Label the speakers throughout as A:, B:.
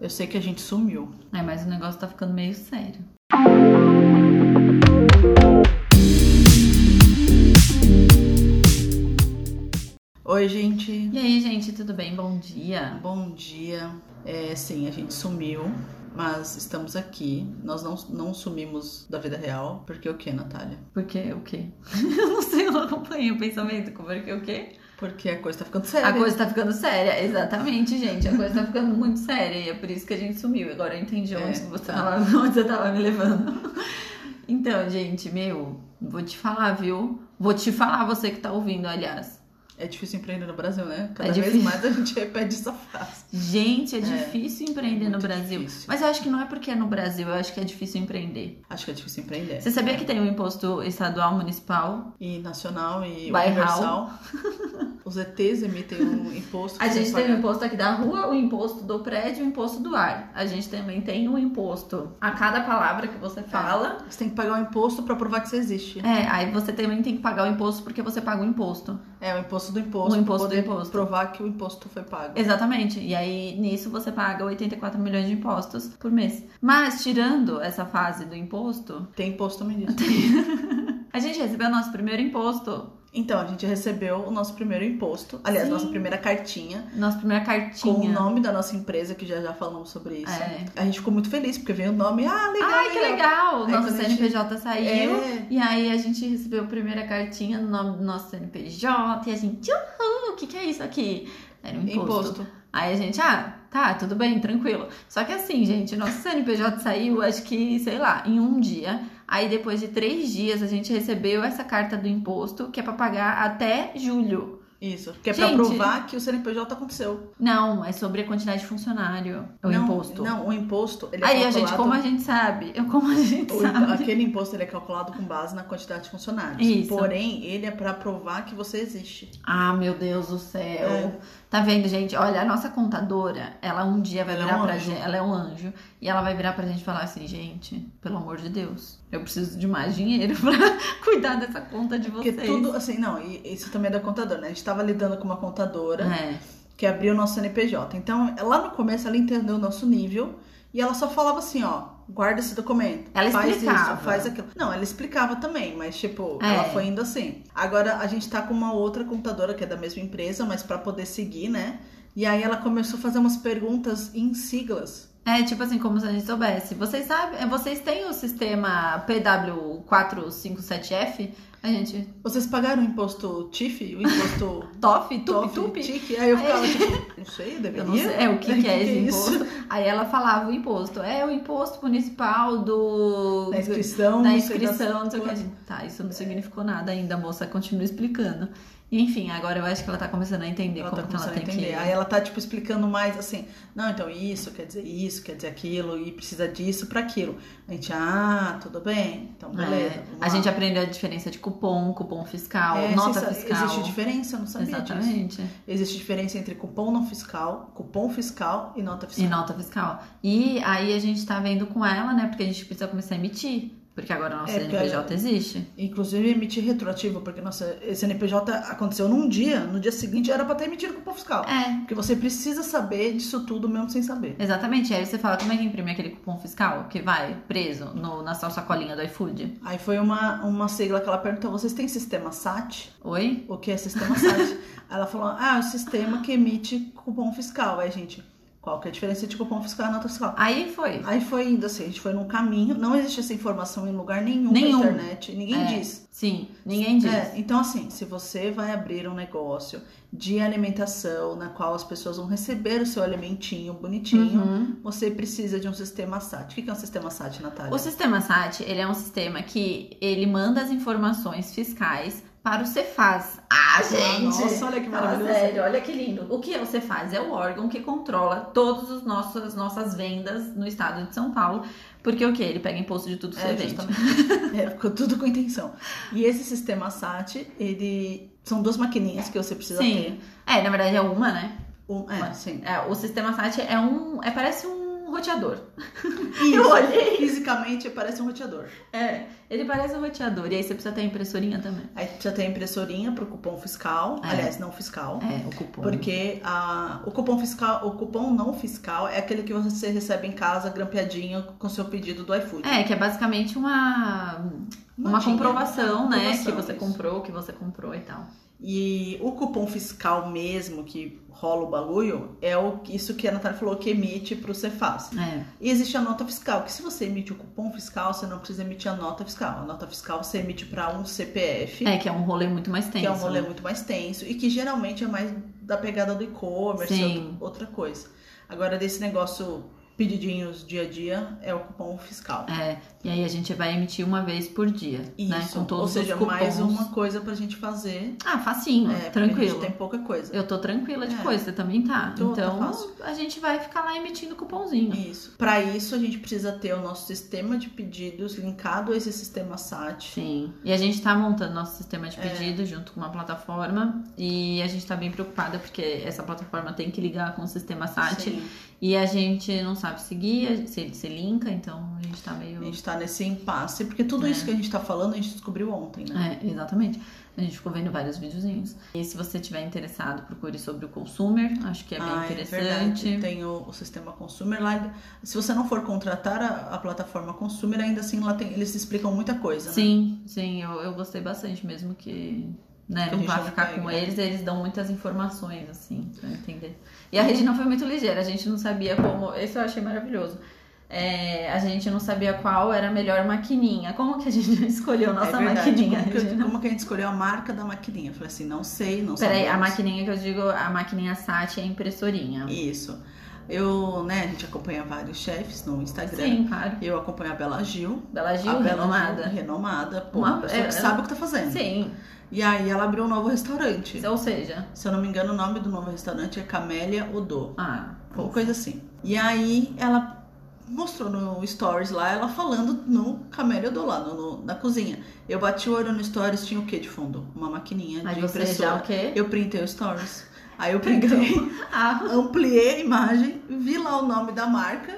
A: Eu sei que a gente sumiu.
B: É, mas o negócio tá ficando meio sério.
A: Oi, gente.
B: E aí, gente, tudo bem? Bom dia.
A: Bom dia. É, sim, a gente sumiu, mas estamos aqui. Nós não, não sumimos da vida real, porque o que, Natália?
B: Porque o quê? eu não sei, eu não acompanhei o pensamento. Porque o quê?
A: Porque a coisa tá ficando
B: A
A: séria.
B: coisa tá ficando séria, exatamente, gente. A coisa tá ficando muito séria e é por isso que a gente sumiu. Agora eu entendi onde,
A: É,
B: você,
A: tá.
B: tava, onde você tava me levando. Então, gente, meu, vou te falar, viu? Vou te falar, você que tá ouvindo, aliás.
A: É difícil empreender no Brasil, né? Cada
B: É difícil.
A: vez mais a gente repete essa frase.
B: Gente, é,
A: É,
B: difícil empreender no
A: muito
B: Brasil.
A: difícil.
B: Mas eu acho que não é porque é no Brasil, eu acho que é difícil empreender.
A: Acho que é difícil empreender.
B: Você sabia que tem o imposto estadual, municipal?
A: E nacional e
B: Bairral.
A: universal. Os ETs emitem um imposto. que
B: A gente
A: você
B: tem o
A: paga.
B: imposto aqui da rua, o imposto do prédio, o imposto do ar. A gente também tem o imposto a cada palavra que você fala.
A: Você tem que pagar o imposto pra provar que você existe.
B: É, aí você também tem que pagar o imposto porque você paga o imposto.
A: É, o imposto do imposto.
B: O imposto
A: pra poder
B: do imposto.
A: provar que o imposto foi pago.
B: Exatamente. E aí nisso você paga 84 milhões de impostos por mês. Mas tirando essa fase do imposto,
A: Tem imposto também nisso.
B: a gente recebeu nosso primeiro imposto,
A: Então, a gente recebeu o nosso primeiro imposto. Aliás,
B: Sim.
A: nossa primeira cartinha.
B: nossa primeira cartinha.
A: Com o nome da nossa empresa, que já já falamos sobre isso.
B: É.
A: A gente ficou muito feliz, porque veio o nome. Ah, legal,
B: Ai, que legal!
A: Aí
B: Nosso
A: quando a gente-
B: CNPJ saiu.
A: É.
B: E aí a gente recebeu a primeira cartinha no nome do nosso CNPJ e a gente, uhul, o que, que é isso aqui? Era um imposto.
A: Imposto.
B: Aí a gente, ah, tá, tudo bem, tranquilo. Só que assim, gente, nosso CNPJ saiu, acho que, sei lá, em um dia. Aí depois de três dias a gente recebeu essa carta do imposto que é pra pagar até julho.
A: Isso. Que é
B: Gente.
A: pra provar que o CNPJ aconteceu.
B: Não, é sobre a quantidade de funcionário. É o
A: não,
B: imposto.
A: Não, o imposto. Ele é
B: Aí a
A: calculado...
B: gente, como a gente sabe? Eu, como a gente
A: o imp-
B: sabe?
A: Aquele imposto ele é calculado com base na quantidade de funcionários.
B: Isso.
A: Porém, ele é pra provar que você existe.
B: Ah, meu Deus do céu.
A: É.
B: Tá vendo, gente? Olha, a nossa contadora, ela um dia vai
A: Ela é
B: virar
A: um
B: pra
A: anjo.
B: gente. Ela é um anjo. E ela vai virar pra gente e falar assim, gente, pelo amor de Deus, eu preciso de mais dinheiro pra cuidar dessa conta de
A: Porque
B: vocês.
A: tudo, assim, não, e isso também é da contadora, né? A gente tava lidando com uma contadora
B: É.
A: que abriu o nosso CNPJ. Então, lá no começo, ela entendeu o nosso nível e ela só falava assim, ó, guarda esse documento.
B: Ela
A: faz
B: explicava.
A: isso, faz aquilo. Não, ela explicava também, mas tipo,
B: É.
A: ela foi indo assim. Agora a gente tá com uma outra contadora que é da mesma empresa, mas pra poder seguir, né? E aí ela começou a fazer umas perguntas em siglas.
B: É, tipo assim, como se a gente soubesse. Vocês sabem, é, vocês têm o sistema PW457F? A gente,
A: Vocês pagaram o imposto TIF? O imposto
B: TOF,
A: TOF?
B: tup-tup?
A: TIC? Aí eu ficava
B: Aí-
A: tipo, não sei, deveria?
B: Eu não sei, é, o que,
A: Aí,
B: que é esse
A: isso?
B: imposto? Aí ela falava o imposto. É o imposto municipal do.
A: Da inscrição,
B: da
A: não sei das
B: inscrição, não sei o que. a
A: quantas.
B: gente- Tá, isso não
A: É.
B: significou nada ainda, a moça continua explicando. Enfim, agora eu acho que ela tá começando a entender
A: Ela
B: como
A: tá
B: que ela
A: começando a
B: tem
A: entender.
B: que.
A: Aí ela tá, tipo, explicando mais assim. Não, então isso quer dizer isso, quer dizer aquilo, e precisa disso pra aquilo. A gente, ah, tudo bem. Então, beleza.
B: É,
A: vamos
B: a
A: lá.
B: gente aprendeu a diferença de cupom, cupom fiscal,
A: É,
B: nota
A: vocês sa-
B: fiscal.
A: Existe diferença, eu não sabia disso.
B: Exatamente.
A: Existe diferença entre cupom não fiscal, cupom fiscal e nota
B: E
A: fiscal.
B: nota fiscal. E aí a gente tá vendo com ela, né? Porque a gente precisa começar a emitir. Porque agora o nosso
A: É, porque
B: CNPJ existe.
A: Inclusive emitir retroativo, porque nossa, esse CNPJ aconteceu num dia, no dia seguinte era pra ter emitido cupom fiscal.
B: É,
A: Porque você precisa saber disso tudo mesmo sem saber.
B: exatamente. Aí você fala, como é que imprime aquele cupom fiscal que vai preso no, na sua sacolinha do iFood?
A: Aí foi uma, uma sigla que ela perguntou: vocês têm sistema SAT?
B: Oi?
A: o que é sistema SAT. Ela falou, ah, é o sistema que emite cupom fiscal. Aí, gente, qual que é a diferença de cupom fiscal e nota fiscal?
B: Aí foi.
A: Aí foi indo assim, a gente foi num caminho, não existe essa informação em lugar nenhum,
B: Nenhum.
A: na internet, ninguém
B: É,
A: diz.
B: Sim, ninguém diz.
A: É, então, assim, se você vai abrir um negócio de alimentação na qual as pessoas vão receber o seu alimentinho bonitinho,
B: Uhum.
A: você precisa de um sistema SAT. O que que é um sistema SAT, Natália?
B: O sistema SAT, ele é um sistema que ele manda as informações fiscais para o Cefaz. Ah, gente!
A: Nossa, olha que
B: Fala
A: maravilhoso.
B: sério, olha que lindo. O que é o Cefaz? É o órgão que controla todas as nossas, as nossas vendas no estado de São Paulo. Porque o que? Ele pega imposto de tudo que
A: É,
B: você vende.
A: justamente. É, ficou tudo com intenção. E esse sistema SAT, ele. São duas maquininhas que você precisa
B: Sim.
A: ter.
B: É, na verdade é uma, né?
A: Um, é, sim.
B: É, o sistema SAT é um. É, parece um roteador.
A: Isso.
B: Eu olhei.
A: Fisicamente parece um roteador.
B: É, ele parece um roteador. E aí você precisa ter a impressorinha também.
A: Aí já tem a impressorinha pro cupom fiscal.
B: É.
A: Aliás, não fiscal.
B: É, o cupom.
A: Porque a- o cupom fiscal, o cupom não fiscal é aquele que você recebe em casa grampeadinho com seu pedido do iFood.
B: É, que é basicamente uma, uma,
A: Notinha.
B: comprovação, né?
A: Comprovação,
B: que você
A: isso.
B: comprou, que você comprou e tal.
A: E o cupom fiscal mesmo que rola o bagulho é o, isso que a Natália falou que emite pro Cefaz.
B: É.
A: E existe a nota fiscal, que se você emite o cupom fiscal, você não precisa emitir a nota fiscal. A nota fiscal você emite para um CPF,
B: É, que é um rolê muito mais tenso.
A: que é um rolê
B: né?
A: muito mais tenso e que geralmente é mais da pegada do e-commerce,
B: Sim.
A: ou outra coisa. Agora, desse negócio pedidinhos dia a dia, é o cupom fiscal.
B: É, e aí a gente vai emitir uma vez por dia,
A: Isso,
B: né? Com todos
A: ou seja,
B: os cupons.
A: mais uma coisa pra gente fazer.
B: Ah, facinho,
A: É, porque A gente
B: tranquilo.
A: tem pouca coisa.
B: Eu tô tranquila de
A: É.
B: coisa, você também tá.
A: Tô, tá
B: então
A: fácil.
B: a gente vai ficar lá emitindo cupomzinho.
A: Isso. Para isso, a gente precisa ter o nosso sistema de pedidos linkado a esse sistema SAT.
B: Sim. E a gente tá montando nosso sistema
A: É.
B: de pedido junto com uma plataforma. E a gente tá bem preocupada porque essa plataforma tem que ligar com o sistema SAT.
A: Sim.
B: E a gente não sabe se guia, se, se linka, então a gente tá meio.
A: A gente tá nesse impasse, porque tudo
B: É.
A: isso que a gente tá falando, a gente descobriu ontem, né?
B: É, exatamente. A gente ficou vendo vários videozinhos. E se você tiver interessado, procure sobre o consumer. Acho que é bem
A: Ah,
B: interessante.
A: verdade. Tem o, o sistema Consumer lá. Se você não for contratar a, a plataforma Consumer, ainda assim lá tem, eles explicam muita coisa, né?
B: sim, sim, eu, eu gostei bastante, mesmo que. Né,
A: Que a
B: não
A: gente
B: vá
A: não
B: ficar
A: pega.
B: com eles, eles dão muitas informações, assim, pra entender. E a Regina foi muito ligeira, a gente não sabia como. Esse eu achei maravilhoso. É, a gente não sabia qual era a melhor maquininha. Como que a gente escolheu
A: É
B: nossa
A: verdade.
B: maquininha,
A: Como que,
B: Regina?
A: eu- como que a gente escolheu a marca da maquininha? Eu falei assim, não sei, não sei.
B: Peraí, a maquininha que eu digo, a maquininha SAT é a impressorinha.
A: Isso. Eu, né, a gente acompanha vários chefes no Instagram.
B: Sim, claro.
A: Eu acompanho a Bela Gil.
B: Bela
A: a
B: Gil,
A: Bela
B: renomada.
A: Gil, renomada, pô,
B: Uma-
A: uma pessoa
B: é,
A: que
B: ela-
A: sabe o que tá fazendo.
B: Sim,
A: E aí ela abriu um novo restaurante.
B: ou seja,
A: Se eu não me engano, o nome do novo restaurante é Camélia Odô.
B: ah,
A: Uma coisa assim. E aí ela mostrou no stories lá, ela falando no camélia do lá, no, no- na cozinha. Eu bati o olho no stories, tinha o que de fundo? Uma maquininha
B: aí
A: de
B: você já o
A: impressora.
B: quê?
A: Eu printei o stories. Aí eu printei,
B: Ah,
A: ampliei a imagem, vi lá o nome da marca,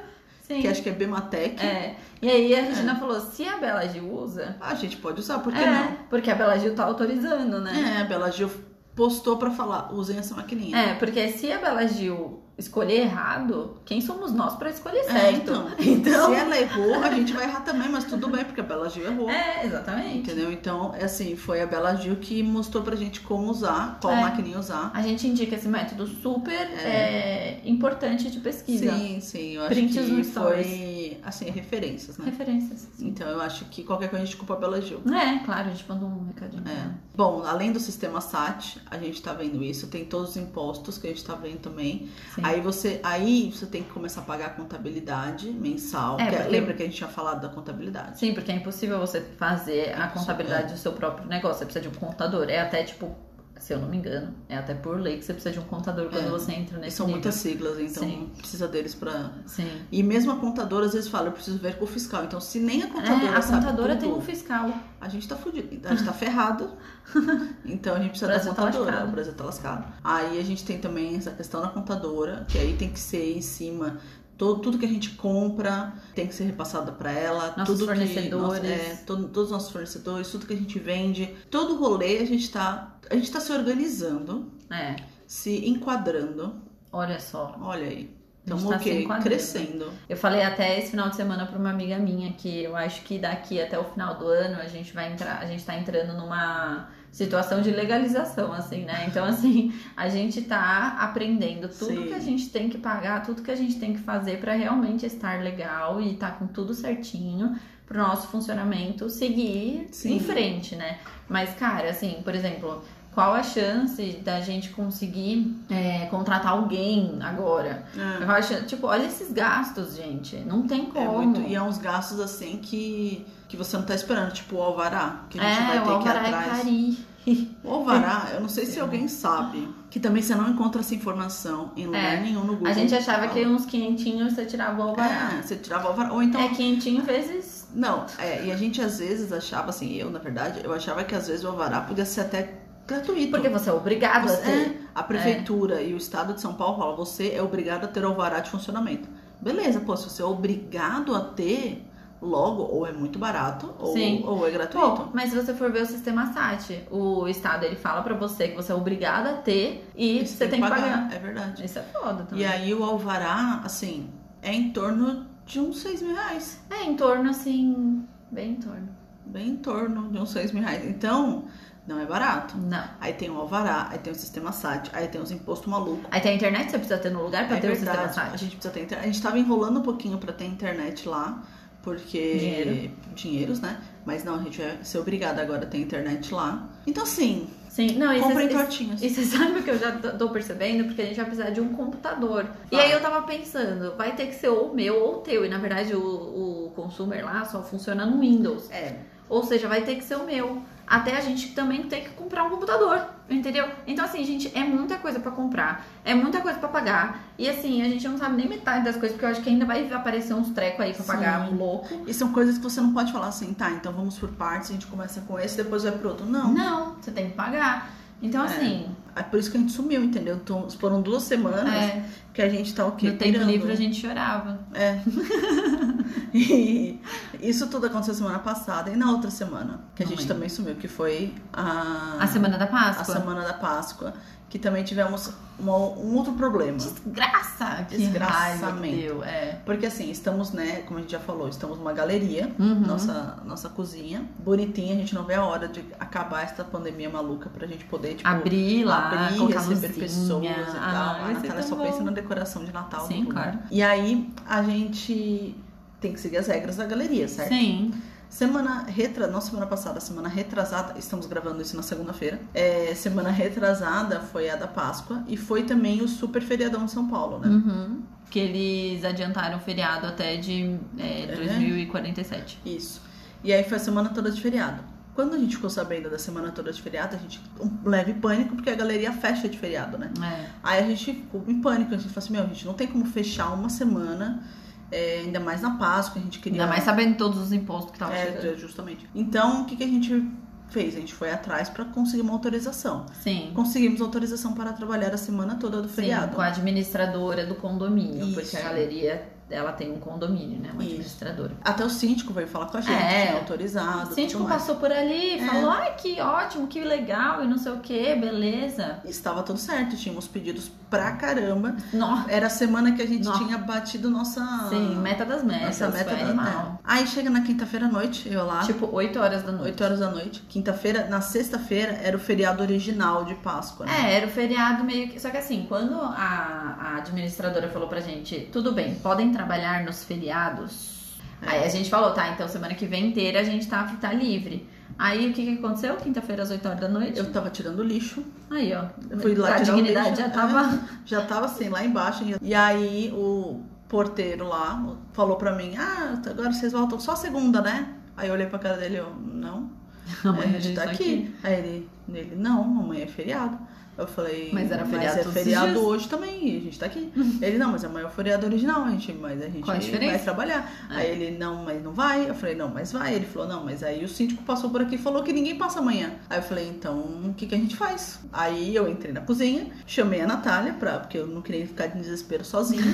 B: sim.
A: que acho que é Bematec.
B: É. E aí a Regina falou, se a Bela Gil usa,
A: A gente pode usar, por que
B: é,
A: não?
B: porque a Bela Gil tá autorizando, né?
A: É, a Bela Gil postou pra falar, usem essa maquininha.
B: É, porque se a Bela Gil escolher errado, quem somos nós pra escolher
A: É,
B: certo?
A: então.
B: Então-
A: Se ela errou, a gente vai errar também, mas tudo bem, porque a Bela Gil errou.
B: É, exatamente.
A: Entendeu? Então, é assim, foi a Bela Gil que mostrou pra gente como usar, qual
B: É.
A: maquininha usar.
B: A gente indica esse método super é, importante de pesquisa.
A: Sim, sim, eu acho
B: Prints
A: que
B: no
A: foi, assim, referências, né?
B: Referências. Sim.
A: Então, eu acho que qualquer coisa a gente culpa a Bela Gil.
B: É, claro, a gente mandou um recadinho. pra ela.
A: É. Bom, além do sistema SAT, a gente tá vendo isso, tem todos os impostos que a gente tá vendo também.
B: Sim.
A: Aí você, aí você tem que começar a pagar a contabilidade mensal.
B: É,
A: que-
B: porque-
A: Lembra que a gente tinha falado da contabilidade?
B: Sim, porque é impossível você fazer a contabilidade
A: é.
B: do seu próprio negócio. Você precisa de um contador. É até tipo, se eu não me engano, é até por lei que você precisa de um contador quando
A: É.
B: você entra
A: E
B: nesse
A: São
B: nível.
A: muitas siglas, então
B: Sim.
A: precisa deles pra
B: Sim.
A: E mesmo a contadora às vezes fala, eu preciso ver com o fiscal. Então, se nem a contadora
B: É, a
A: sabe
B: contadora tem
A: tudo,
B: um fiscal.
A: a gente tá fudido, a gente tá ferrado. então a gente precisa
B: O Brasil
A: da
B: tá
A: contadora,
B: lascado.
A: o Brasil tá lascado. Aí a gente tem também essa questão da contadora, que aí tem que ser em cima to- tudo que a gente compra tem que ser repassado pra ela,
B: Nossos
A: tudo
B: fornecedores.
A: que nós- é, todo- todos os nossos fornecedores, tudo que a gente vende, todo o rolê a gente tá a gente tá se organizando,
B: É.
A: se enquadrando.
B: Olha só.
A: Olha aí.
B: A gente
A: Estamos
B: tá
A: o
B: se
A: quê?
B: enquadrando.
A: Crescendo.
B: Eu falei até esse final de semana pra uma amiga minha que eu acho que daqui até o final do ano a gente vai entrar, a gente tá entrando numa situação de legalização, assim, né? Então, assim, a gente tá aprendendo tudo
A: Sim.
B: que a gente tem que pagar, tudo que a gente tem que fazer pra realmente estar legal e tá com tudo certinho pro nosso funcionamento seguir
A: Sim.
B: em frente, né? Mas, cara, assim, por exemplo, qual a chance da gente conseguir é, contratar alguém agora?
A: É.
B: Eu acho, tipo, olha esses gastos, gente. Não tem como.
A: É muito, e é uns gastos assim que, que você não tá esperando, tipo o Alvará, que a gente
B: É,
A: vai
B: o
A: ter que ir
B: alvará é
A: atrás.
B: cari.
A: o Alvará, eu não sei se
B: Sim.
A: alguém sabe, que também você não encontra essa informação em lugar
B: É.
A: nenhum no Google.
B: A gente achava
A: Não.
B: que uns quinhentinhos você tirava o alvará.
A: É, você tirava o Alvará. Ou então.
B: É quinhentinho vezes.
A: Não, é, e a gente às vezes achava, assim, eu na verdade, eu achava que às vezes o Alvará podia ser até gratuito.
B: Porque você é obrigado a
A: Ah, Você-
B: ter.
A: é, a prefeitura e o estado de São Paulo falam, você é obrigado a ter alvará de funcionamento. Beleza, pô, se você é obrigado a ter, logo, ou é muito barato, ou,
B: Sim.
A: ou é gratuito.
B: Bom, mas se você for ver o sistema SAT, o Estado ele fala pra você que você é obrigado a ter e
A: Isso
B: você tem que pagar.
A: É verdade.
B: Isso é foda também.
A: E aí o alvará, assim, é em torno de uns 6 mil reais.
B: É em torno, assim, bem em torno.
A: Bem em torno de uns 6 mil reais. Então, não é barato.
B: Não.
A: Aí tem o alvará, aí tem o sistema SAT, aí tem os impostos malucos.
B: Aí tem a internet, você precisa ter no lugar pra
A: é
B: ter o
A: verdade,
B: sistema
A: a
B: SAT.
A: gente precisa ter internet. A gente tava enrolando um pouquinho pra ter internet lá, porque...
B: Dinheiro.
A: Dinheiros, né? Mas não, a gente vai ser obrigada agora a ter internet lá. Então, assim,
B: Sim, não, isso
A: comprem
B: é,
A: tortinhas.
B: E você sabe o que eu já tô tô percebendo? Porque a gente vai precisar de um computador. E
A: Tá.
B: aí eu tava pensando, vai ter que ser ou meu ou teu. E na verdade o, o consumer lá só funciona no Windows.
A: É,
B: Ou seja, vai ter que ser o meu. Até a gente também tem que comprar um computador, entendeu? Então, assim, gente, é muita coisa pra comprar, é muita coisa pra pagar. E assim, a gente não sabe nem metade das coisas, porque eu acho que ainda vai aparecer uns trecos aí pra
A: Sim.
B: pagar louco.
A: E são coisas que você não pode falar assim, tá, então vamos por partes, a gente começa com esse, depois vai pro outro. Não.
B: Não, você tem que pagar. Então,
A: É.
B: assim,
A: É por isso que a gente sumiu, entendeu? Então, foram duas semanas
B: é,
A: que a gente tá o quê?
B: no tempo
A: Pirando.
B: livre a gente chorava.
A: E isso tudo aconteceu semana passada e na outra semana, que a
B: Não
A: gente
B: lembro.
A: também sumiu, que foi a,
B: A semana da
A: Ah. a
B: Páscoa.
A: semana da Páscoa, que também tivemos uma- um outro problema.
B: Desgraça! Que
A: Desgraçamento.
B: raiva que deu, é.
A: Porque assim, estamos, né, como a gente já falou, estamos numa galeria,
B: Uhum.
A: nossa, nossa cozinha, bonitinha, a gente não vê a hora de acabar essa pandemia maluca pra gente poder, tipo,
B: abrir lá,
A: abrir,
B: colocar
A: receber
B: luzinha.
A: pessoas e tal.
B: Ah,
A: a
B: vai ser
A: Natália
B: tão
A: só
B: bom.
A: pensa na decoração de Natal.
B: Sim,
A: tudo, né?
B: claro.
A: E aí a gente tem que seguir as regras da galeria, certo?
B: Sim.
A: Semana retrasada, não semana passada, semana retrasada, estamos gravando isso na segunda-feira. É, semana retrasada foi a da Páscoa e foi também o super feriadão de São Paulo, né?
B: Uhum. Que eles adiantaram o feriado até de é,
A: É.
B: 2047.
A: Isso. E aí foi a semana toda de feriado. Quando a gente ficou sabendo da semana toda de feriado, a gente um leve pânico porque a galeria fecha de feriado, né?
B: É.
A: Aí a gente ficou em pânico, a gente falou assim, meu, a gente não tem como fechar uma semana, é, ainda mais na Páscoa, a gente queria...
B: Ainda mais né? sabendo todos os impostos que estavam chegando.
A: é, justamente. Então, o que, que a gente fez? A gente foi atrás pra conseguir uma autorização.
B: Sim.
A: Conseguimos autorização para trabalhar a semana toda do
B: Sim,
A: feriado.
B: com a administradora do condomínio. Porque
A: Isso.
B: a galeria, ela tem um condomínio, né? Uma
A: Isso.
B: administradora.
A: Até o síndico veio falar com a gente,
B: É.
A: tinha autorizado,
B: O síndico
A: tudo mais.
B: passou por ali e
A: É.
B: falou, ai, que ótimo, que legal, e não sei o que, beleza.
A: Estava tudo certo, tínhamos pedidos pra caramba.
B: Nossa,
A: Era a semana que a gente
B: Nossa.
A: tinha batido nossa... Ah.
B: sim, meta das metas,
A: Nossa meta
B: foi
A: da-
B: animal.
A: é. Aí chega na quinta-feira à noite, eu lá,
B: Tipo, 8 horas da noite.
A: 8 horas da noite. Quinta-feira, na sexta-feira, era o feriado original de Páscoa. Né?
B: É, era o feriado meio que. Só que assim, quando a, a administradora falou pra gente, tudo bem, podem trabalhar nos feriados.
A: É.
B: Aí a gente falou, tá, então semana que vem inteira a gente tá, tá livre. Aí o que, que aconteceu? Quinta-feira às 8 horas da noite.
A: Eu tava tirando lixo,
B: Aí, ó.
A: Eu fui lá
B: a
A: tirar o
B: dignidade
A: lixo.
B: já tava.
A: já tava assim lá embaixo. e- E aí o porteiro lá falou pra mim: Ah, agora vocês voltam só segunda, né? Aí eu olhei pra cara dele eu, não,
B: Amanhã
A: a gente tá aqui. Aí ele, ele, não, amanhã é feriado. Eu falei,
B: Mas era feriado
A: é
B: todos os
A: feriado
B: dias."
A: hoje também, e a gente tá aqui. ele, não, mas amanhã é o feriado original, a gente, mas a gente
B: Qual
A: vai
B: a diferença?
A: trabalhar.
B: É.
A: Aí ele, não, mas não vai. Eu falei, não, mas vai. Ele falou, não, mas aí o síndico passou por aqui e falou que ninguém passa amanhã. Aí eu falei, então, o que, que a gente faz? Aí eu entrei na cozinha, chamei a Natália, pra, porque eu não queria ficar em desespero sozinha.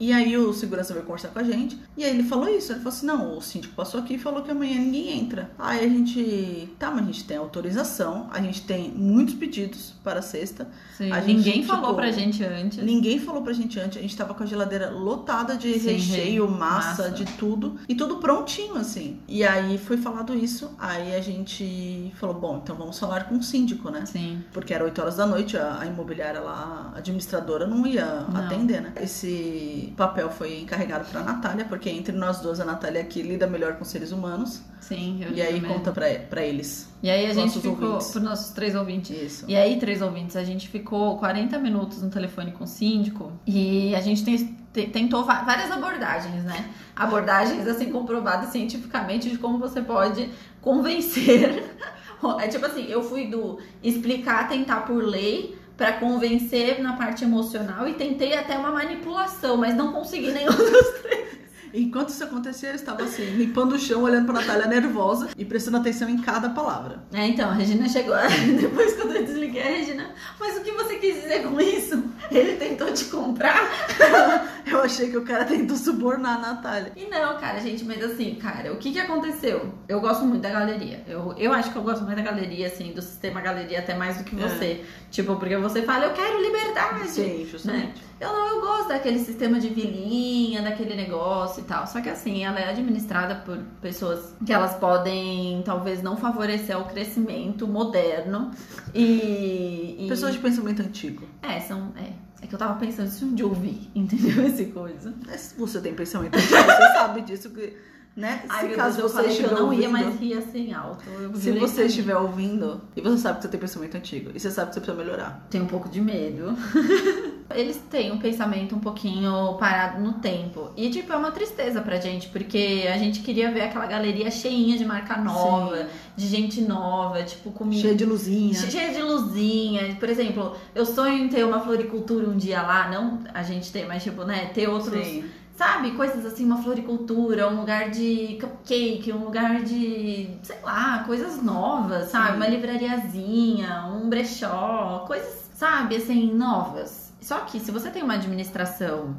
A: E aí o segurança veio conversar com a gente. E aí ele falou isso. Ele falou assim: não, o síndico passou aqui e falou que amanhã ninguém entra. Aí a gente. Tá, mas a gente tem autorização, a gente tem muitos pedidos para sexta.
B: Sim,
A: A gente,
B: Ninguém
A: tipo,
B: falou pra gente antes.
A: Ninguém falou pra gente antes. A gente tava com a geladeira lotada de
B: Sim,
A: recheio, massa,
B: massa.
A: de tudo. E tudo prontinho, assim. E aí foi falado isso. Aí a gente falou: bom, então vamos falar com o síndico, né?
B: Sim.
A: Porque era 8 horas da noite, a, a imobiliária lá, a administradora, não ia
B: Não.
A: atender, né? Esse papel foi encarregado pra Natália, porque entre nós duas, a Natália aqui lida melhor com seres humanos.
B: Sim, eu
A: e aí
B: também.
A: conta pra, pra eles.
B: E aí a gente
A: nossos
B: ficou,
A: ouvintes.
B: pros nossos três ouvintes.
A: Isso.
B: E aí, três ouvintes, a gente ficou 40 minutos no telefone com o síndico e a gente te- te- tentou va- várias abordagens, né? Abordagens, assim, comprovadas cientificamente de como você pode convencer. É tipo assim, eu fui do explicar, tentar por lei pra convencer na parte emocional e tentei até uma manipulação, mas não consegui nenhum dos três.
A: Enquanto isso acontecia, eu estava assim, limpando o chão, olhando pra Natália nervosa e prestando atenção em cada palavra.
B: É, então, a Regina chegou, depois quando eu desliguei a Regina, mas o que você quis dizer com isso? Ele tentou te comprar?
A: Eu achei que o cara tentou subornar a Natália.
B: E não, cara, gente, mas assim, cara, o que que aconteceu? Eu gosto muito da galeria. Eu, eu acho que eu gosto mais da galeria, assim, do sistema galeria até mais do que você. Tipo, porque você fala, eu quero liberdade.
A: É. Sim, justamente.
B: Eu não, eu gosto daquele sistema de vilinha, daquele negócio e tal. Só que assim, ela é administrada por pessoas que elas podem talvez não favorecer o crescimento moderno e. e-
A: Pessoas de pensamento antigo.
B: É, são. É. É que eu tava pensando isso de ouvir, entendeu? Essa coisa.
A: Mas É, Você tem pensamento antigo, você sabe disso. Que, né?
B: Ai,
A: Se
B: meu
A: caso
B: Deus, eu
A: você
B: falei que
A: estiver
B: eu não
A: ouvindo,
B: ia mais rir assim alto. Eu
A: Se
B: jurei pra
A: você
B: mim.
A: estiver ouvindo e você sabe que você tem pensamento antigo e você sabe que você precisa melhorar.
B: Tenho um pouco de medo. Eles têm um pensamento um pouquinho parado no tempo. E, tipo, é uma tristeza pra gente, porque a gente queria ver aquela galeria cheinha de marca nova, de gente nova, tipo, comida.
A: Cheia de luzinha.
B: Che- Cheia de luzinha. Por exemplo, eu sonho em ter uma floricultura um dia lá. Não a gente tem, mas tipo, né? Ter outros.
A: Sim.
B: Sabe? Coisas assim, uma floricultura, um lugar de cupcake, um lugar de. sei lá, coisas novas, sabe?
A: Sim.
B: Uma livrariazinha, um brechó, coisas, sabe? Assim, novas. Só que se você tem uma administração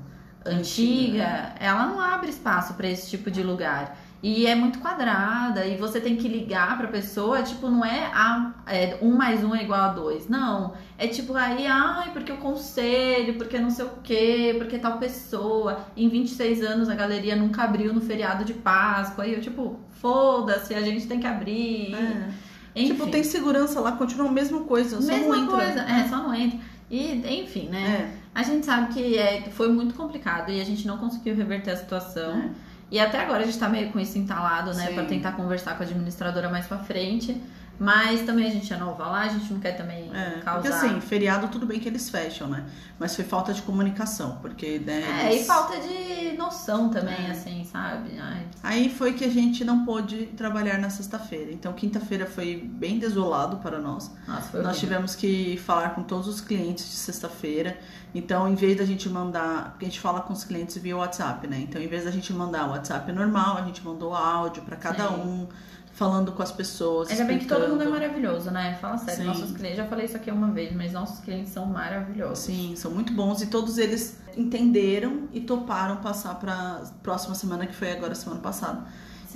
B: antiga, ela não abre espaço pra esse tipo de lugar. E é muito quadrada, e você tem que ligar pra pessoa, tipo, não é, a, é um mais um é igual a dois, não. É tipo, aí, ai, porque o conselho, porque não sei o quê, porque tal pessoa. Em 26 anos a galeria nunca abriu no feriado de Páscoa, aí eu, tipo, foda-se, a gente tem que abrir.
A: É.
B: Enfim,
A: Tipo, tem segurança lá, continua a mesma coisa. Só
B: mesma
A: não entra. né?
B: coisa, é, só não entra. E, enfim, né?
A: É.
B: A gente sabe que é, foi muito complicado e a gente não conseguiu reverter a situação.
A: né?
B: E até agora a gente tá meio com isso entalado, né?
A: É. Sim.
B: Pra tentar conversar com a administradora mais pra frente. Mas também a gente é nova lá, a gente não quer também
A: É,
B: causar.
A: porque assim, feriado tudo bem que eles fecham, né? Mas foi falta de comunicação, porque, né?
B: é,
A: eles-
B: e falta de noção também,
A: É.
B: assim, sabe? Ai,
A: Aí foi que a gente não pôde trabalhar na sexta-feira. Então, quinta-feira foi bem desolado para nós.
B: nossa, foi
A: Nós
B: horrível.
A: tivemos que falar com todos os clientes de sexta-feira. Então, em vez da gente mandar, porque a gente fala com os clientes via WhatsApp, né? Então, em vez da gente mandar o WhatsApp normal, a gente mandou áudio para cada
B: Sim.
A: um, falando com as pessoas.
B: Ainda bem que todo mundo é
A: explicando.
B: maravilhoso, né? Fala sério,
A: Sim.
B: nossos clientes, já falei isso aqui uma vez, mas nossos clientes são maravilhosos.
A: Sim, são muito bons e todos eles entenderam e toparam passar para próxima semana que foi agora semana passada.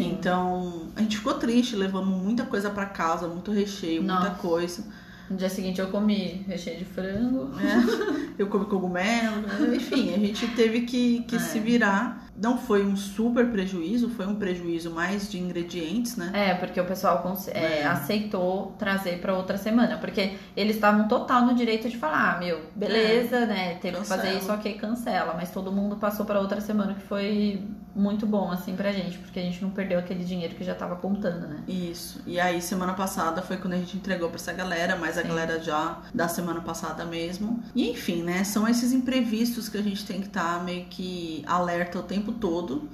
A: Então, a gente ficou triste, levamos muita coisa para casa, muito recheio,
B: Nossa.
A: muita coisa.
B: No dia seguinte eu comi recheio de frango.
A: né? Eu comi cogumelo, né? enfim, a gente teve que, que
B: É.
A: se virar. Não foi um super prejuízo, foi um prejuízo mais de ingredientes, né?
B: É, porque o pessoal cons- é,
A: É.
B: aceitou trazer pra outra semana, porque eles estavam total no direito de falar, ah, meu, beleza, né, teve
A: É, Cancela.
B: que fazer isso, ok, cancela, mas todo mundo passou pra outra semana, que foi muito bom, assim, pra gente, porque a gente não perdeu aquele dinheiro que já tava contando, né.
A: Isso. E aí, semana passada foi quando a gente entregou pra essa galera, mas a
B: Sim.
A: galera já da semana passada mesmo. E enfim, né? São esses imprevistos que a gente tem que estar meio que alerta o tempo todo.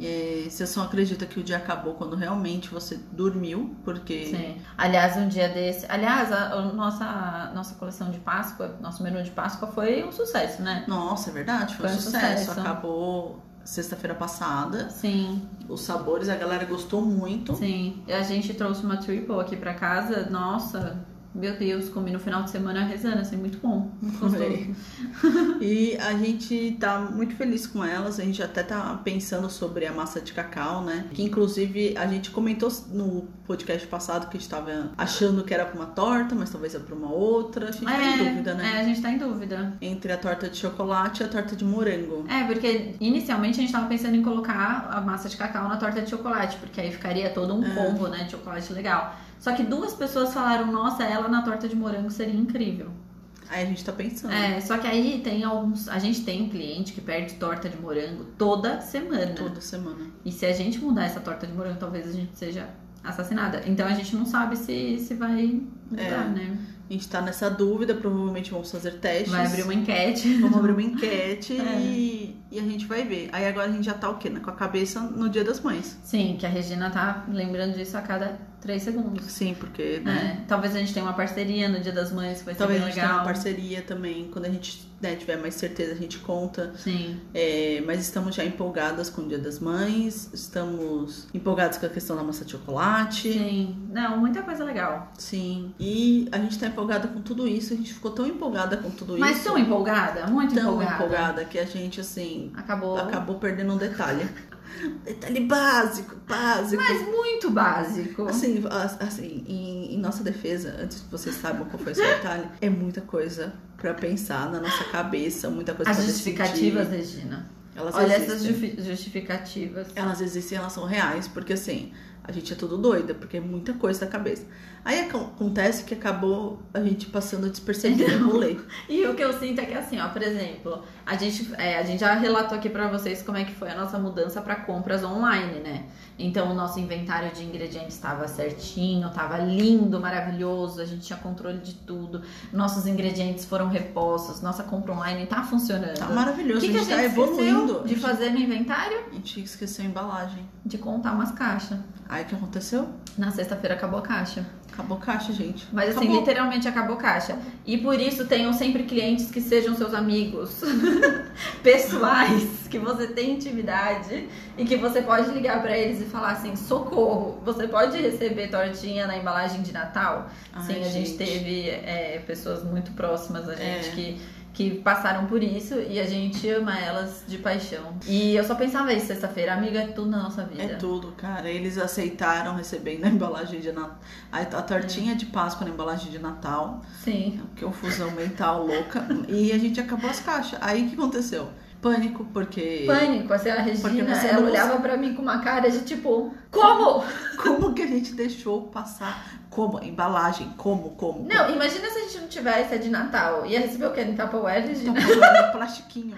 A: É, você só acredita que o dia acabou quando realmente você dormiu, porque.
B: Sim. Aliás, um dia desse, aliás, a, a nossa, nossa coleção de Páscoa, nosso menu de Páscoa foi um sucesso, né.
A: Nossa, é verdade, foi, um sucesso. Acabou sexta-feira passada.
B: Sim,
A: Os sabores a galera gostou muito.
B: sim. E a gente trouxe uma triple aqui pra casa, nossa, meu Deus, comi no final de semana rezando, assim, muito bom, muito gostoso.
A: Adorei. E a gente tá muito feliz com elas. A gente até tá pensando sobre a massa de cacau, né? Que inclusive a gente comentou no podcast passado que a gente tava achando que era pra uma torta, mas talvez é pra uma outra. A gente tá em dúvida, né?
B: É, a gente tá em dúvida.
A: Entre a torta de chocolate e a torta de morango.
B: É, porque inicialmente a gente tava pensando em colocar a massa de cacau na torta de chocolate, porque aí ficaria todo um
A: É.
B: combo, né, de chocolate legal. Só que duas pessoas falaram, nossa, ela na torta de morango seria incrível.
A: Aí a gente tá pensando.
B: É, só que aí tem alguns. A gente tem um cliente que perde torta de morango toda semana.
A: Toda semana.
B: E se a gente mudar essa torta de morango, talvez a gente seja assassinada. Então a gente não sabe se, se vai mudar,
A: É.
B: né?
A: A gente tá nessa dúvida, provavelmente vamos fazer testes.
B: Vai abrir uma enquete.
A: Vamos abrir uma enquete
B: É.
A: e, e a gente vai ver. Aí agora a gente já tá o quê? né? Com a cabeça no Dia das Mães.
B: Sim, que a Regina tá lembrando disso a cada Três segundos.
A: Sim, porque né,
B: É, talvez a gente tenha uma parceria no Dia das Mães, que vai ser
A: talvez a
B: é bem
A: gente tenha
B: legal.
A: uma parceria também. Quando a gente né, tiver mais certeza, a gente conta.
B: Sim.
A: É, mas estamos já empolgadas com o Dia das Mães. Estamos empolgadas com a questão da massa de chocolate.
B: Sim. Não, muita coisa legal.
A: Sim. E a gente tá empolgada com tudo isso. A gente ficou tão empolgada com tudo
B: Mas
A: isso.
B: tão empolgada, muito
A: tão
B: empolgada.
A: empolgada que a gente, assim,
B: Acabou.
A: acabou perdendo um detalhe. detalhe básico, básico.
B: Mas muito básico.
A: Assim, as- assim em, em nossa defesa, antes que vocês saibam qual foi esse detalhe, é muita coisa pra pensar na nossa cabeça, muita coisa
B: As
A: pra
B: justificativas,
A: decidir.
B: Regina.
A: Elas
B: Olha
A: existem.
B: essas jufi- justificativas.
A: Elas existem, elas são reais, porque assim, a gente é tudo doida, porque é muita coisa na cabeça. Aí ac- acontece que acabou a gente passando despercebido no rolê.
B: E o que eu sinto é que assim, ó, por exemplo, a gente, é, a gente já relatou aqui pra vocês como é que foi a nossa mudança pra compras online, né? Então o nosso inventário de ingredientes estava certinho, tava lindo, maravilhoso, a gente tinha controle de tudo, nossos ingredientes foram repostos, nossa compra online tá funcionando.
A: Tá
B: o
A: maravilhoso,
B: que, que a gente
A: tá
B: esqueceu
A: evoluindo.
B: de fazer no inventário?
A: A gente esqueceu a embalagem.
B: De contar umas caixas.
A: Aí o que aconteceu?
B: Na sexta-feira acabou a caixa.
A: Acabou a caixa, gente.
B: Mas assim,
A: Acabou.
B: literalmente acabou caixa. E por isso tenham sempre clientes que sejam seus amigos pessoais, que você tem intimidade e que você pode ligar pra eles e falar assim: socorro, você pode receber tortinha na embalagem de Natal?
A: Ai,
B: Sim, a gente teve é, pessoas muito próximas da gente
A: É.
B: que, que passaram por isso e a gente ama elas de paixão. E eu só pensava isso sexta-feira: amiga é tudo na nossa vida.
A: É tudo, cara. Eles aceitaram receber na embalagem de Natal. A tortinha de Páscoa na embalagem de Natal.
B: Sim.
A: Confusão mental louca. E a gente acabou as caixas. Aí o que aconteceu? Pânico, porque.
B: pânico, assim, a Regina,
A: você
B: ela
A: não-
B: olhava pra mim com uma cara de tipo, como?
A: Como que a gente deixou passar? Como? Embalagem? Como? Como?
B: Não, imagina se a gente não tivesse a de Natal. Ia receber o quê? No Tupperware,
A: Então,
B: Regina?
A: um plastiquinho.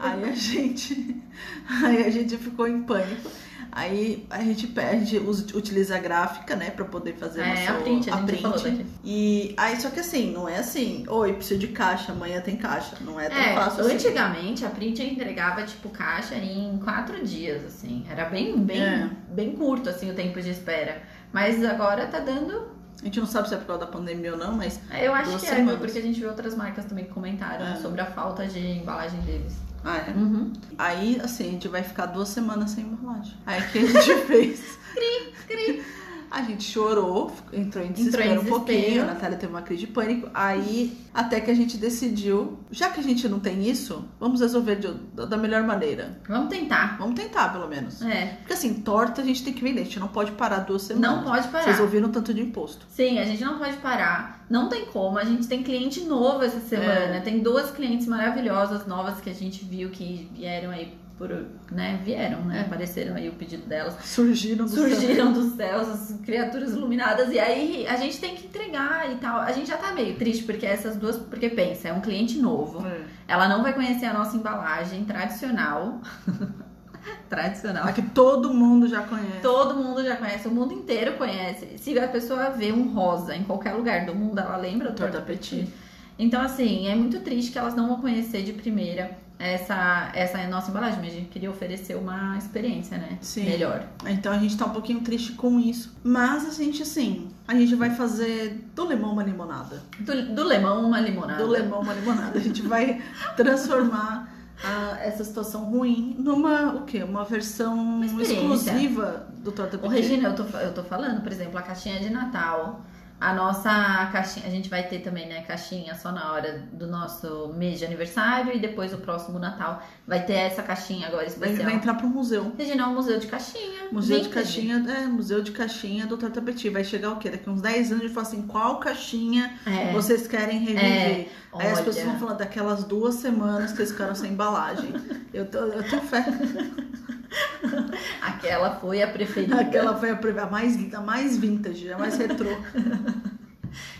A: Aí a gente. Aí a gente ficou em pânico. Aí a gente perde, usa- utiliza a gráfica, né, pra poder fazer
B: É,
A: nosso-
B: a print, a gente falou daqui.
A: E aí, só que assim, não é assim, oi, preciso de caixa, amanhã tem caixa. Não é tão
B: É,
A: fácil assim.
B: antigamente a print entregava, tipo, caixa em quatro dias, assim. Era bem, bem,
A: É.
B: bem curto, assim, o tempo de espera. Mas agora tá dando.
A: A gente não sabe se é por causa da pandemia ou não, mas
B: Eu acho
A: Duas
B: que é, viu?
A: semanas.
B: Porque a gente viu outras marcas também que comentaram
A: É.
B: sobre a falta de embalagem deles.
A: ah, é.
B: Uhum.
A: Aí, assim, a gente vai ficar duas semanas sem embalagem. Aí o que a gente fez? A gente chorou, entrou em desespero,
B: Entrou em
A: um pouquinho. A
B: desespero.
A: Natália teve uma crise de pânico. Aí, até que a gente decidiu, já que a gente não tem isso, vamos resolver de- da melhor maneira.
B: Vamos tentar.
A: Vamos tentar, pelo menos.
B: É.
A: Porque assim, torta a gente tem que vender, a gente não pode parar duas semanas.
B: Não pode parar.
A: Vocês ouviram o tanto de imposto.
B: Sim, a gente não pode parar. Não tem como. A gente tem cliente novo essa semana. Tem duas clientes maravilhosas novas que a gente viu que vieram aí por. né? Vieram, né? Apareceram aí o pedido delas.
A: Surgiram do céu.
B: Surgiram dos céus as criaturas iluminadas. E aí a gente tem que entregar e tal. A gente já tá meio triste, porque essas duas. Porque pensa, é um cliente novo.
A: É.
B: Ela não vai conhecer a nossa embalagem tradicional. tradicional.
A: A que todo mundo já conhece.
B: Todo mundo já conhece, o mundo inteiro conhece. Se a pessoa vê um rosa em qualquer lugar do mundo, ela lembra do
A: Torta
B: Torta Petit. Então, assim, é muito triste que elas não vão conhecer de primeira essa, essa nossa embalagem. Mas a gente queria oferecer uma experiência, né?
A: Sim.
B: Melhor.
A: Então a gente tá um pouquinho triste com isso. Mas a gente, assim, a gente vai fazer do limão uma limonada.
B: Do, do limão, uma limonada.
A: Do limão uma limonada. A gente vai transformar a- essa situação ruim numa, o quê? Uma versão
B: experiência. Um
A: exclusiva do Torta
B: Ô,
A: Petit.
B: Regina, eu tô, fa- eu tô falando, por exemplo, a caixinha de Natal. A nossa caixinha, a gente vai ter também, né, caixinha só na hora do nosso mês de aniversário e depois o próximo Natal vai ter essa caixinha agora
A: Vai,
B: especial.
A: vai entrar pro museu.
B: Regina, é um museu de caixinha.
A: Museu de
B: Vintage.
A: caixinha, é, museu de caixinha do Torta Petit. Vai chegar o quê? Daqui uns 10 anos a gente fala assim, qual caixinha
B: É.
A: vocês querem reviver? Aí as
B: Olha.
A: pessoas vão falar daquelas duas semanas que eles ficaram sem embalagem. Eu, tô- eu tenho fé.
B: Aquela foi a preferida.
A: Aquela foi a, prime- a mais, a mais vintage, a mais retrô.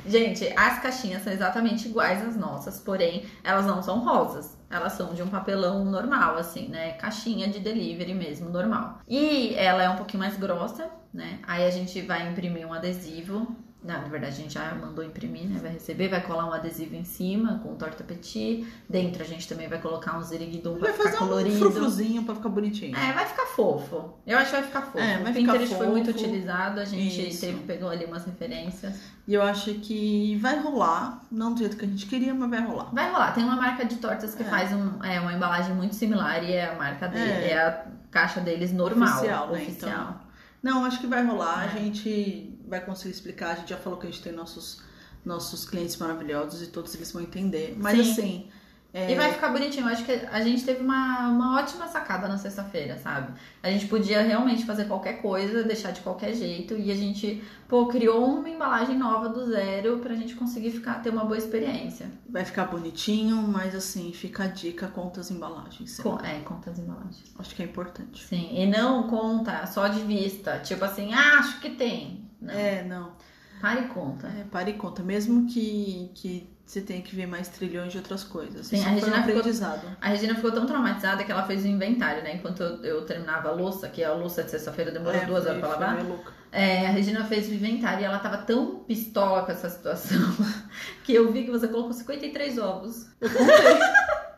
B: Gente, as caixinhas são exatamente iguais às nossas, porém elas não são rosas. Elas são de um papelão normal, assim, né? Caixinha de delivery mesmo, normal. E ela é um pouquinho mais grossa, né? Aí a gente vai imprimir um adesivo Na verdade, a gente já mandou imprimir, né? Vai receber, vai colar um adesivo em cima com torta petit. Dentro a gente também vai colocar um ziriguidum pra
A: Vai
B: ficar
A: fazer um
B: colorido.
A: frufruzinho pra ficar bonitinho.
B: É, vai ficar fofo. Eu acho que vai ficar fofo.
A: É, vai
B: o
A: ficar
B: Pinterest foi
A: fofo.
B: muito utilizado, a gente
A: Isso.
B: teve, pegou ali umas referências.
A: E eu acho que vai rolar, não do jeito que a gente queria, mas vai rolar.
B: Vai rolar, tem uma marca de tortas que
A: É.
B: faz um- é, uma embalagem muito similar e é a marca dele, é,
A: É.
B: a caixa deles normal.
A: Oficial, né?
B: oficial.
A: Então, Não, acho que vai rolar,
B: É.
A: a gente vai conseguir explicar, a gente já falou que a gente tem nossos, nossos clientes maravilhosos e todos eles vão entender. Mas
B: Sim.
A: assim, é,
B: E vai ficar bonitinho. Eu acho que a gente teve uma, uma ótima sacada na sexta-feira, sabe? A gente podia realmente fazer qualquer coisa, deixar de qualquer jeito. E a gente, pô, criou uma embalagem nova do zero pra gente conseguir ficar, ter uma boa experiência.
A: vai ficar bonitinho, mas assim, fica a dica, conta as embalagens.
B: Com, é, conta as embalagens.
A: Acho que é importante.
B: Sim. E não conta só de vista. Tipo assim, ah, acho que tem. Não.
A: É, não.
B: Para e conta.
A: É, para e conta, mesmo que, que você tenha que ver mais trilhões de outras coisas.
B: Sim,
A: Isso
B: a
A: foi um
B: Regina ficou-
A: aprendizado.
B: A Regina ficou tão traumatizada que ela fez o inventário, né? Enquanto eu, eu terminava a louça, que é a louça de sexta-feira demorou
A: É,
B: duas
A: foi-
B: horas pra
A: foi
B: lavar.
A: meio louco.
B: É, a Regina fez o inventário e ela tava tão pistola com essa situação que eu vi que você colocou 53 ovos.
A: Eu contei.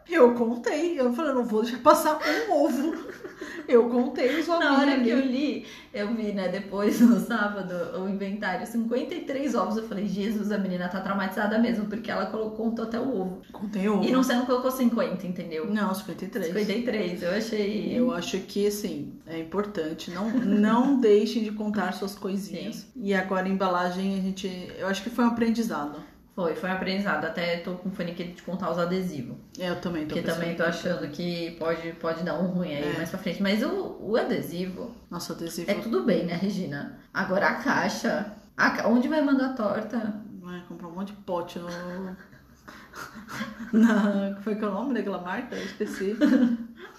A: Eu contei. Eu falei, eu não vou deixar passar um ovo. Eu contei os ovinhos
B: Na hora
A: ali.
B: que eu li, eu vi, né, depois no sábado, o inventário, 53 ovos. Eu falei, Jesus, a menina tá traumatizada mesmo, porque ela colocou, contou até o ovo.
A: Contei ovo.
B: E não, você não colocou 50, entendeu?
A: Não, 53.
B: 53, eu achei.
A: Eu acho que, assim, é importante. Não, não deixem de contar suas coisinhas. E agora, embalagem, a gente... Eu acho que foi um aprendizado.
B: Foi, foi um aprendizado. Até tô com faniquete de contar os adesivos.
A: É, Eu também tô
B: Porque
A: pensando.
B: também tô achando que pode, pode dar um ruim aí
A: É.
B: mais pra frente. Mas o, o adesivo.
A: Nossa, adesivo...
B: É tudo bem, né, Regina? Agora a caixa. a ca- Onde vai mandar a torta?
A: Vai comprar um monte de pote no... Na... Foi que é o nome daquela marca? Eu esqueci.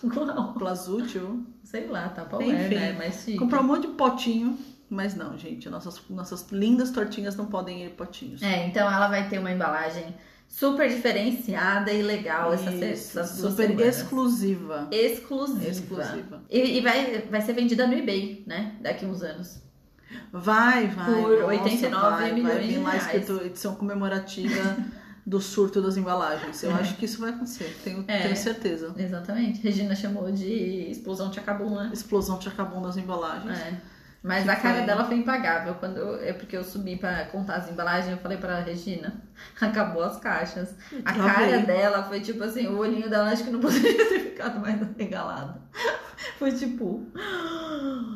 B: Não,
A: Plazútil.
B: sei lá, tá qual é,
A: Enfim,
B: né? Mas chique.
A: Comprar um monte de potinho. Mas não, gente. Nossas, nossas lindas tortinhas não podem ir em potinhos.
B: É, então ela vai ter uma embalagem super diferenciada e legal Ah, essa
A: Isso,
B: sexta.
A: Super exclusiva.
B: exclusiva.
A: Exclusiva.
B: E, e vai, vai ser vendida no eBay, né? Daqui uns anos.
A: Vai, vai.
B: Por
A: nossa,
B: 89
A: vai,
B: milhões
A: vai vir
B: de
A: lá
B: reais.
A: escrito edição comemorativa do surto das embalagens. Eu
B: É.
A: acho que isso vai acontecer, tenho,
B: É.
A: tenho certeza.
B: Exatamente. Regina chamou de explosão de acabou, né?
A: Explosão de acabou das embalagens.
B: É. Mas
A: Que
B: a cara
A: foi-
B: dela foi impagável. Quando eu- é porque eu subi pra contar as embalagens, eu falei pra ela, Regina, acabou as caixas. A
A: Tá
B: cara
A: bem.
B: dela foi tipo assim, o olhinho dela acho que não poderia ter ficado mais arregalado. Foi tipo,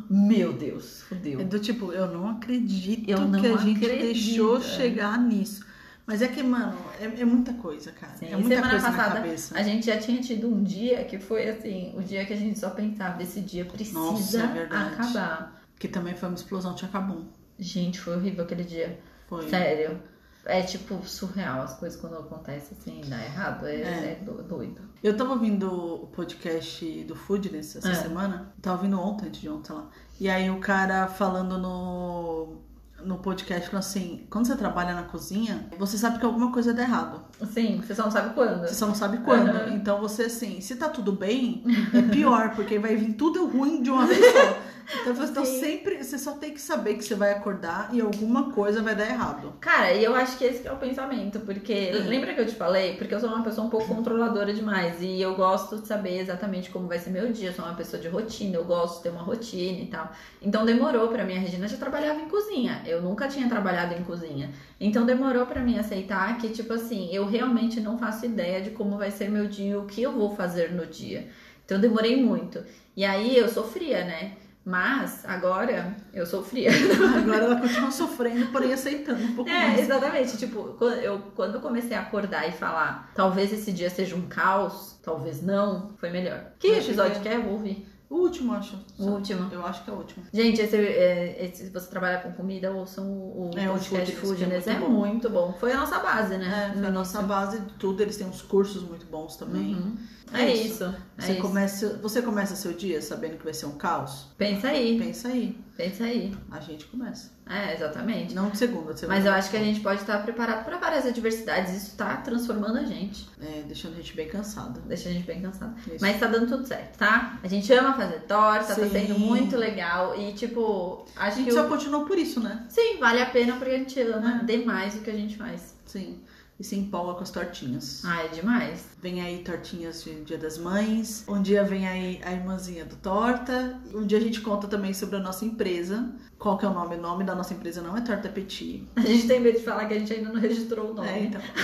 B: meu Deus,
A: É
B: fudeu.
A: do tipo, eu não acredito
B: Eu não
A: que a gente
B: acredito,
A: deixou
B: é.
A: chegar nisso. Mas é que, mano, é, é muita coisa, cara.
B: Sim,
A: é muita
B: semana
A: coisa
B: passada,
A: na cabeça.
B: A gente já tinha tido um dia que foi assim, o dia que a gente só pensava, esse dia precisa
A: Nossa, é verdade.
B: acabar.
A: Que também foi uma explosão de acabou.
B: Gente, foi horrível aquele dia.
A: Foi.
B: Sério. É tipo surreal as coisas quando acontece assim, dá errado. É,
A: É.
B: é do- doido.
A: Eu tava ouvindo o podcast do Foodness essa
B: É.
A: semana. Tava ouvindo ontem, antes de ontem, sei lá. E aí o cara falando no, no podcast, falando assim, quando você trabalha na cozinha, você sabe que alguma coisa dá errado.
B: Sim, Assim, você só não sabe quando.
A: Você só não sabe quando.
B: Aham.
A: Então você, assim, se tá tudo bem, é pior, porque vai vir tudo ruim de uma vez só. Então você então
B: Sim.
A: sempre, você só tem que saber que você vai acordar e alguma coisa vai dar errado.
B: Cara, e eu acho que esse que é o pensamento, porque
A: Hum.
B: lembra que eu te falei? Porque eu sou uma pessoa um pouco controladora demais e eu gosto de saber exatamente como vai ser meu dia. Eu sou uma pessoa de rotina, eu gosto de ter uma rotina e tal. Então demorou pra mim, a Regina já trabalhava em cozinha. Eu nunca tinha trabalhado em cozinha. Então demorou pra mim aceitar que tipo assim, eu realmente não faço ideia de como vai ser meu dia, o que eu vou fazer no dia. Então eu demorei muito. E aí eu sofria, né? Mas agora eu sofria.
A: Agora ela continua sofrendo, porém aceitando um pouco mais.
B: É, exatamente. Tipo, quando eu, quando eu comecei a acordar e falar, talvez esse dia seja um caos, talvez não, foi melhor. Que
A: Acho
B: episódio
A: que-
B: que é? Eu Vou ouvir.
A: O último, acho.
B: O último.
A: Eu acho que é o último.
B: Gente, esse, é, esse- se você trabalha com comida, ouçam o, o
A: É, o
B: podcast
A: Foodness, que é
B: Foodness. É,
A: muito bom.
B: muito bom. Foi a nossa base, né?
A: É, foi a nossa base de tudo. Eles têm uns cursos muito bons também.
B: Uhum.
A: É
B: É, isso. é
A: Você,
B: isso.
A: começa, você começa seu dia sabendo que vai ser um caos?
B: Pensa aí,
A: Pensa aí.
B: pensa aí.
A: A gente começa.
B: É, exatamente.
A: Não de segunda, de segunda.
B: Mas eu acho que a gente pode estar preparado para várias adversidades. Isso tá transformando a gente.
A: É, deixando a gente bem cansada.
B: Deixa a gente bem cansado.
A: Isso.
B: Mas tá dando tudo certo, tá? A gente ama fazer torta, tá
A: Sim.
B: sendo muito legal. E, tipo,
A: a
B: acho
A: gente
B: que.
A: só
B: o-
A: continuou por isso, né?
B: Sim, vale a pena porque a gente ama
A: É.
B: demais o que a gente faz.
A: Sim. E se empolga com as tortinhas.
B: Ah, é demais.
A: Vem aí tortinhas de Dia das Mães. Um dia vem aí a irmãzinha do Torta. Um dia a gente conta também sobre a nossa empresa. Qual que é o nome? O nome da nossa empresa não é Torta Petit.
B: A gente tem medo de falar que a gente ainda não é- registrou o nome.
A: É, então.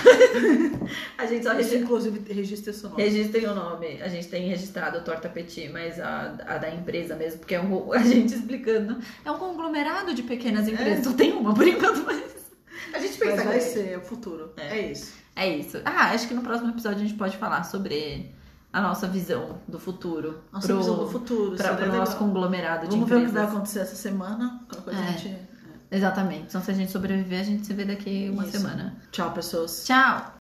B: A gente só
A: Isso,
B: registrou.
A: inclusive, registra seu nome.
B: Registrem o nome, a gente tem registrado o Torta Petit, mas a, a da empresa mesmo, porque é um, a gente explicando. É um conglomerado de pequenas empresas, só tem uma por enquanto, mas É. a gente pensa
A: Mas vai
B: grande.
A: ser, é o futuro.
B: É.
A: É, isso.
B: É isso. Ah, acho que no próximo episódio a gente pode falar sobre a nossa visão do futuro.
A: Nossa
B: pro-
A: visão do futuro.
B: pra-
A: isso é
B: pro
A: legal.
B: nosso conglomerado de
A: Vamos ver o que
B: empresas.
A: vai acontecer essa semana. Qualquer coisa
B: É.
A: a gente...
B: Exatamente. Então, se a gente sobreviver, a gente se vê daqui uma
A: Isso.
B: semana.
A: Tchau, pessoas.
B: Tchau!